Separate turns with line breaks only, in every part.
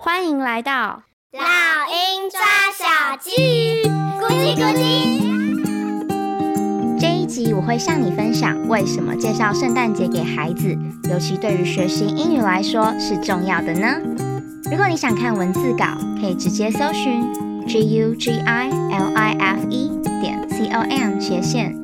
欢迎来到
老鹰抓小鸡，咕叽咕叽。
这一集，我会向你分享为什么介绍圣诞节给孩子，尤其对于学习英语来说是重要的呢？如果你想看文字稿，可以直接搜寻 g u g i l i f e 点 c o m 斜线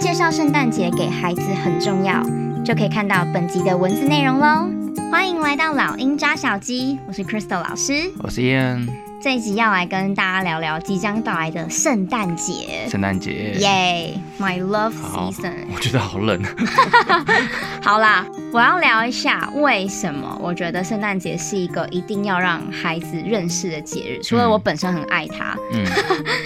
介绍圣诞节给孩子很重要，就可以看到本集的文字内容喽。欢迎来到老鹰抓小鸡，我是 Crystal 老师。
我是燕，
这一集要来跟大家聊聊即将到来的圣诞节，
圣诞节，
耶、m y love
好
season。
我觉得好 冷，
好啦，我要聊一下为什么我觉得圣诞节是一个一定要让孩子认识的节日。除了我本身很爱它，
嗯，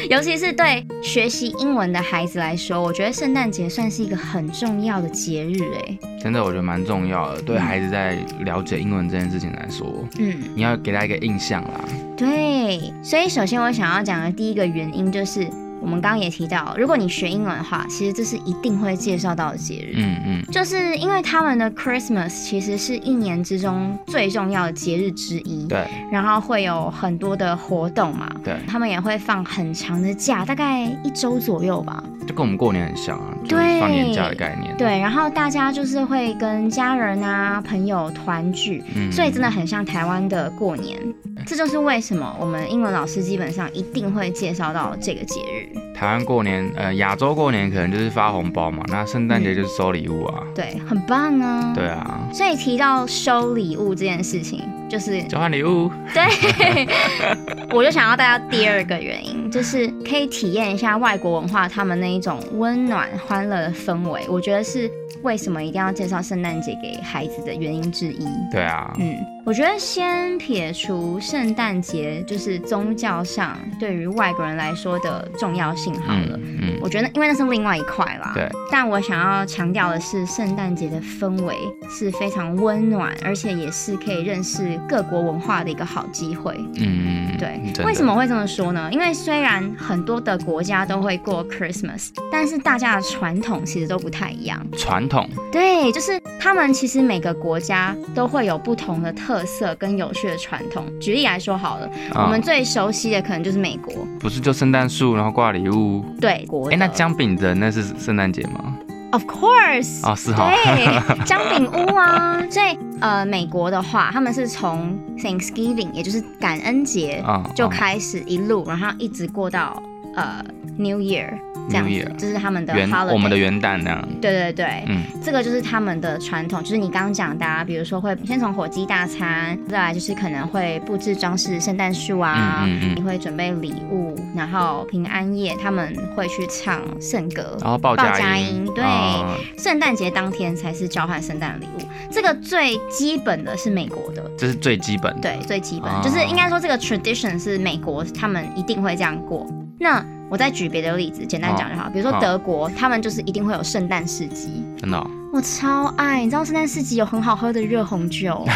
尤其是对学习英文的孩子来说，我觉得圣诞节算是一个很重要的节日、欸。哎，
真的我觉得蛮重要的，对孩子在了解英文这件事情来说，
嗯，
你要给他一个印象啦，
对。所以首先我想要讲的第一个原因就是，我们刚刚也提到，如果你学英文的话，其实这是一定会介绍到的节日。
嗯嗯，
就是因为他们的 Christmas 其实是一年之中最重要的节日之一，
对
然后会有很多的活动嘛，
对，
他们也会放很长的假，大概一周左右吧。
就跟我们过年很像啊，就是
对
放年假的概念，
对，然后大家就是会跟家人啊、朋友团聚，
嗯
所以真的很像台湾的过年。这就是为什么我们英文老师基本上一定会介绍到这个节日。
台湾过年，呃，亚洲过年可能就是发红包嘛，那圣诞节就是收礼物啊，
对，很棒啊。
对。啊，
所以提到收礼物这件事情，就是
交换礼物，
对， 我就想要带到第二个原因，就是可以体验一下外国文化他们那一种温暖欢乐的氛围，我觉得是为什么一定要介绍圣诞节给孩子的原因之一。
对啊，
嗯，我觉得先撇除圣诞节就是宗教上对于外国人来说的重要性好了。
嗯嗯，
我觉得，因为那是另外一块啦。
对。
但我想要强调的是，圣诞节的氛围是非常温暖，而且也是可以认识各国文化的一个好机会。
嗯，
对
真，的
为什么会这么说呢？因为虽然很多的国家都会过 Christmas，但是大家的传统其实都不太一样。
传统？
对，就是他们其实每个国家都会有不同的特色跟有趣的传统。举例来说好了，我们
啊
最熟悉的可能就是美国，
不是就圣诞树，然后挂礼物，
对，国
哎，那
的
姜饼人那是圣诞节吗？
Of course，、
哦，是哈，
对，姜饼屋啊，所以呃，美国的话，他们是从 Thanksgiving，也就是感恩节、
啊
哎就
啊
开始一路，然后一直过到呃 New Year 这样
New
子
Year，，
这是他们的
元
holiday。
我们的元旦那样，
对对对，
嗯，
这个就是他们的传统，就是你刚刚讲的、啊，比如说会先从火鸡大餐，再来就是可能会布置装饰圣诞树啊，
嗯嗯嗯
你会准备礼物，然后平安夜他们会去唱圣歌，
然后报
报佳
佳
音
音，
对
哦
圣诞节当天才是交换圣诞礼物，这个最基本的是美国的，
这是最基本的。
对，最基本、
哦
就是应该说这个 tradition 是美国他们一定会这样过。那我再举别的例子，简单讲就好，比如说
好
德国，他们就是一定会有圣诞市集。
真 的哦、
我超爱，你知道圣诞市集有很好喝的热红 酒，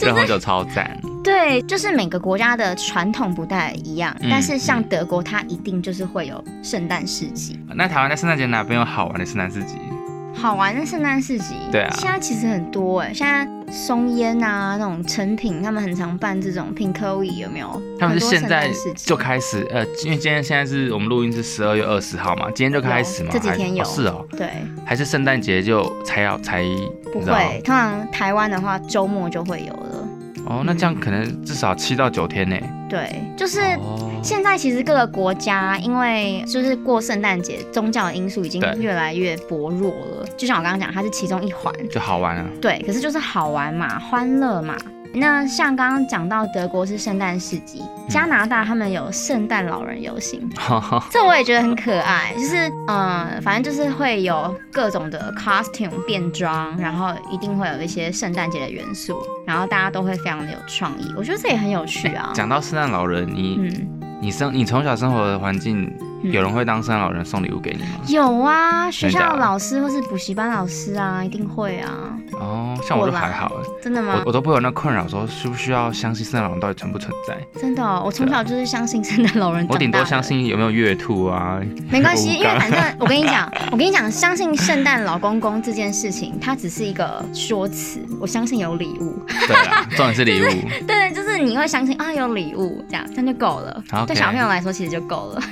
热红酒超赞。
对，就是每个国家的传统不太一样，
嗯
但是像德国，它一定就是会有圣诞市集。
那台湾在圣诞节哪边有好玩的圣诞市集？
好玩的圣诞市集，
对啊
现在其实很多哎，现在松烟啊那种成品，他们很常办这种 Pinkoi 有没有？
他们
很
是
多
现
圣
在
诞市集
就开始，呃，因为今天现在是我们录音是十二月二十号嘛，今天就开始嘛，
有这几
还
天有
哦是哦，
对，
还是圣诞节就才要才，
不
你知道
会，通常台湾的话周末就会有了，
哦，那这样可能至少七到九天呢。
对，嗯就是。
哦，
现在其实各个国家因为就是过圣诞节，宗教的因素已经
对
越来越薄弱了。就像我刚刚讲，它是其中一环，
就好玩啊，
对。可是就是好玩嘛，欢乐嘛。那像刚刚讲到德国是圣诞市集，
嗯
加拿大他们有圣诞老人游行，这我也觉得很可爱。就是嗯，反正就是会有各种的 costume 变装，然后一定会有一些圣诞节的元素，然后大家都会非常的有创意。我觉得这也很有趣啊。
哎讲到圣诞老人，你、
嗯。
你生你从小生活的环境，
嗯
有人会当圣诞老人送礼物给你吗？
有啊，学
真的假
校
的
的老师或是补习班老师啊，一定会啊。
哦，像我就还好，
真的
我
吗？
我都不会有那困扰，说需不需要相信圣诞老人到底存不存在？
真的哦、我从小就是相信圣诞老人长大
我
的
顶多相，信有没有月兔 啊，
没关系，
有
因
无
为
感
反正我跟你讲，我跟你讲，相信圣诞老公公这件事情，它只是一个说辞，我相信有礼物。
对啊，重点是礼物，
对对你会相信啊有礼物，这样这样就够了。
OK
对小朋友来说其实就够了，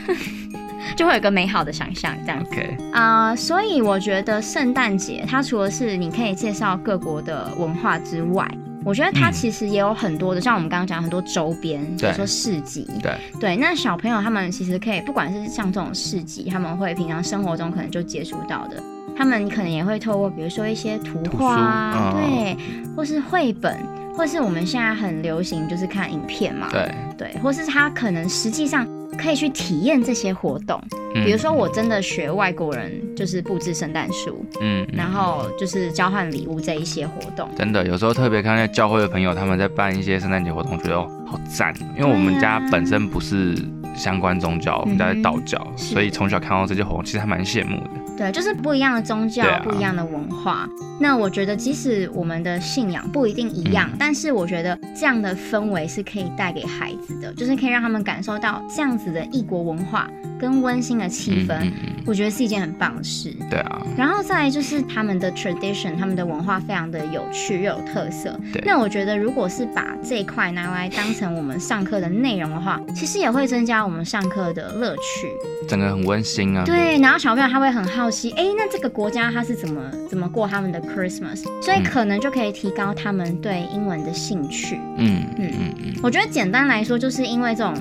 就会有一个美好的想象这样子
OK，
啊、所以我觉得圣诞节它除了是你可以介绍各国的文化之外，我觉得它
嗯
其实也有很多的，像我们刚刚讲很多周边，比如
对
说市集，
对，
对，那小朋友他们其实可以，不管是像这种市集，他们会平常生活中可能就接触到的，他们可能也会透过比如说一些图
图书
画啊，
哦
对，或是绘本，或是我们现在很流行就是看影片嘛，
对，
对，或是他可能实际上可以去体验这些活动，
嗯
比如说我，真的学外国人就是布置圣诞树，
嗯，嗯
然后就是交换礼物这一些活动。
真的有时候特别看那教会的朋友他们在办一些圣诞节活动，觉得哦好赞，因为我们家本身不是相关宗教，我们家是道教，
嗯是
所以从小看到这些活动，其实还蛮羡慕的。
对，就是不一样的宗教，
对啊
不一样的文化。那我觉得，即使我们的信仰不一定一
嗯
样，但是我觉得这样的氛围是可以带给孩子的，就是可以让他们感受到这样子的异国文化跟温馨的气氛。
嗯嗯，
我觉得是一件很棒的事。
对啊，
然后再来就是他们的 tradition，他们的文化非常的有趣又有特色
对。
那我觉得，如果是把这一块拿来当成我们上课的内容的话，其实也会增加我们上课的乐趣。
整个很温馨啊。
对，然后小朋友他会很好奇，哎，那这个国家他是怎么怎么过他们的 Christmas，所以
嗯
可能就可以提高他们对英文的兴趣。
嗯，嗯嗯嗯，
我觉得简单来说，就是因为这种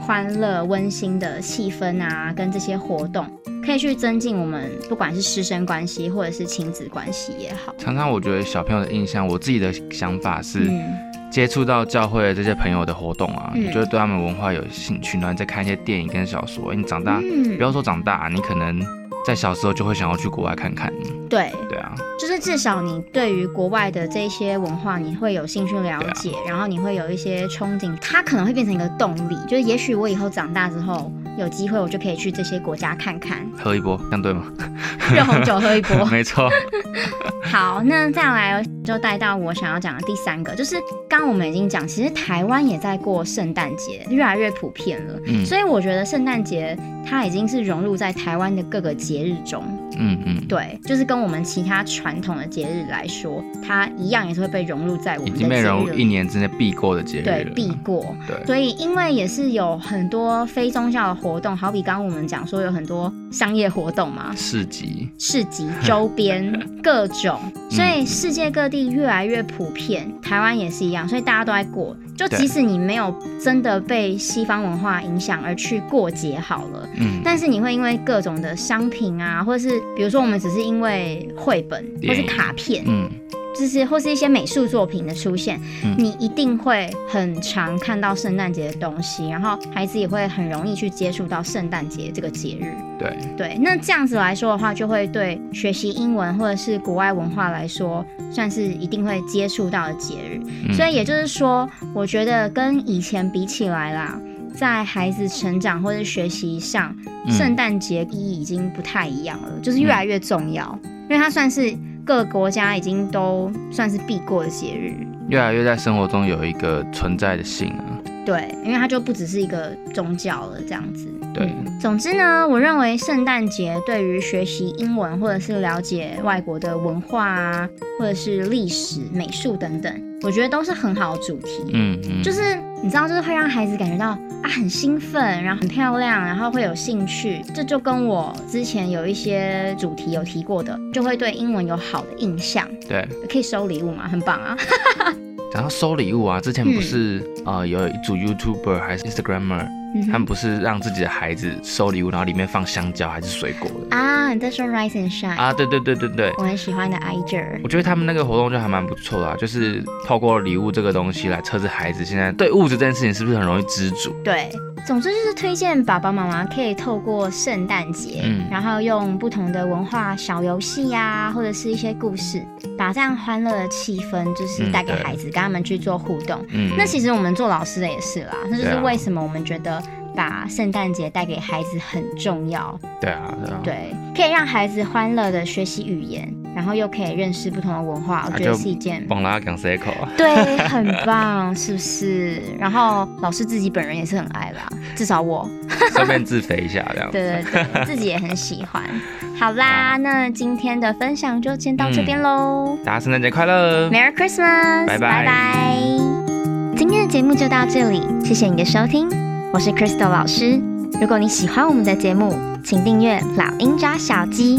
欢乐温馨的气氛啊，跟这些活动，可以去增进我们不管是师生关系或者是亲子关系也好。
常常我觉得小朋友的印象，我自己的想法是。
嗯，
接触到教会的这些朋友的活动啊，
嗯
你就会对他们文化有兴趣，然后你再看一些电影跟小说。哎你长大，
嗯
不要说长大，你可能在小时候就会想要去国外看看。
对，
对啊，
就是至少你对于国外的这些文化，你会有兴趣了解，然后你会有一些憧憬，它可能会变成一个动力。就是也许我以后长大之后有机会，我就可以去这些国家看看，
喝一波，这样对吗？
热红酒喝一波
。没错，
好，那再来就带到我想要讲的第三个，就是刚刚我们已经讲，其实台湾也在过圣诞节，越来越普遍了。
嗯
所以我觉得圣诞节它已经是融入在台湾的各个节日中，
嗯嗯，
对，就是跟我们其他传统的节日来说，它一样也是会被融入在我
已
们的节
经被融入
日
一
里，
年之内必过的节日
对，
了。嗯
避过。
对，
所以，因为也是有很多非宗教的活动，好比刚刚我们讲说有很多商业活动嘛，
市集，
市集周 边各种，所以
嗯
世界各地越来越普遍，台湾也是一样，所以大家都在过。就
对
即使你没有真的被西方文化影响而去过节好了，
嗯，
但是你会因为各种的商品啊，或是比如说我们只是因为绘本或
电
是
影
卡片，
嗯，
就是或是一些美术作品的出现，
嗯
你一定会很常看到圣诞节的东西，然后孩子也会很容易去接触到圣诞节这个节日。
对，
对，那这样子来说的话，就会对学习英文或者是国外文化来说，算是一定会接触到的节日。
嗯
所以也就是说，我觉得跟以前比起来啦，在孩子成长或者学习上，
嗯
圣诞节意义已经不太一样了，就是越来越重要，因为它算是各个国家已经都算是必过的节日。
越来越在生活中有一个存在的性啊。
对，因为它就不只是一个宗教了，这样子。
对
嗯总之呢，我认为圣诞节对于学习英文或者是了解外国的文化啊，或者是历史、美术等等，我觉得都是很好的主题。
嗯嗯，
就是你知道，就是会让孩子感觉到啊很兴奋，然后很漂亮，然后会有兴趣。这就跟我之前有一些主题有提过的，就会对英文有好的印象，
对。
可以收礼物嘛，很棒啊。
讲到收礼物啊，之前
嗯嗯
不是、呃有一组 YouTuber 还是 Instagramer，他们不是让自己的孩子收礼物，然后里面放香蕉还是水果的
啊，你在说 Rise and Shine，、
啊？对对对对对，
我很喜欢的 i g e r
我觉得他们那个活动就还蛮不错的、啊，就是透过礼物这个东西来测试孩子现在对物质这件事情是不是很容易知足。
对，总之就是推荐爸爸妈妈可以透过圣诞节，
嗯
然后用不同的文化小游戏呀、或者是一些故事，把这样欢乐的气氛，就是
嗯
带给
对
孩子，跟他们去做互动。
嗯，
那其实我们做老师的也是啦，那就是
对啊
为什么我们觉得把圣诞节带给孩子很重要，
对啊对啊，
对，可以让孩子欢乐的学习语言，然后又可以认识不同的文化，我觉得
啊就是哦
一件。
帮大家讲 C 口啊，
对，很棒，是不是？然后老师自己本人也是很爱啦，至少我。
顺便自肥一下这样。
对对对，自己也很喜欢。好啦，那今天的分享就先到这边喽、
大家圣诞节快乐！
m e r r y Christmas，
拜拜
拜拜今天的的节目就到这里，谢谢你的收听，我是 Crystal 老师。如果你喜欢我们的节目，请订阅《老鹰抓小鸡》，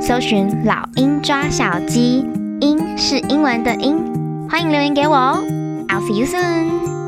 搜寻“老鹰抓小鸡”，鹰是英文的鹰，欢迎留言给我哦。I'll see you soon.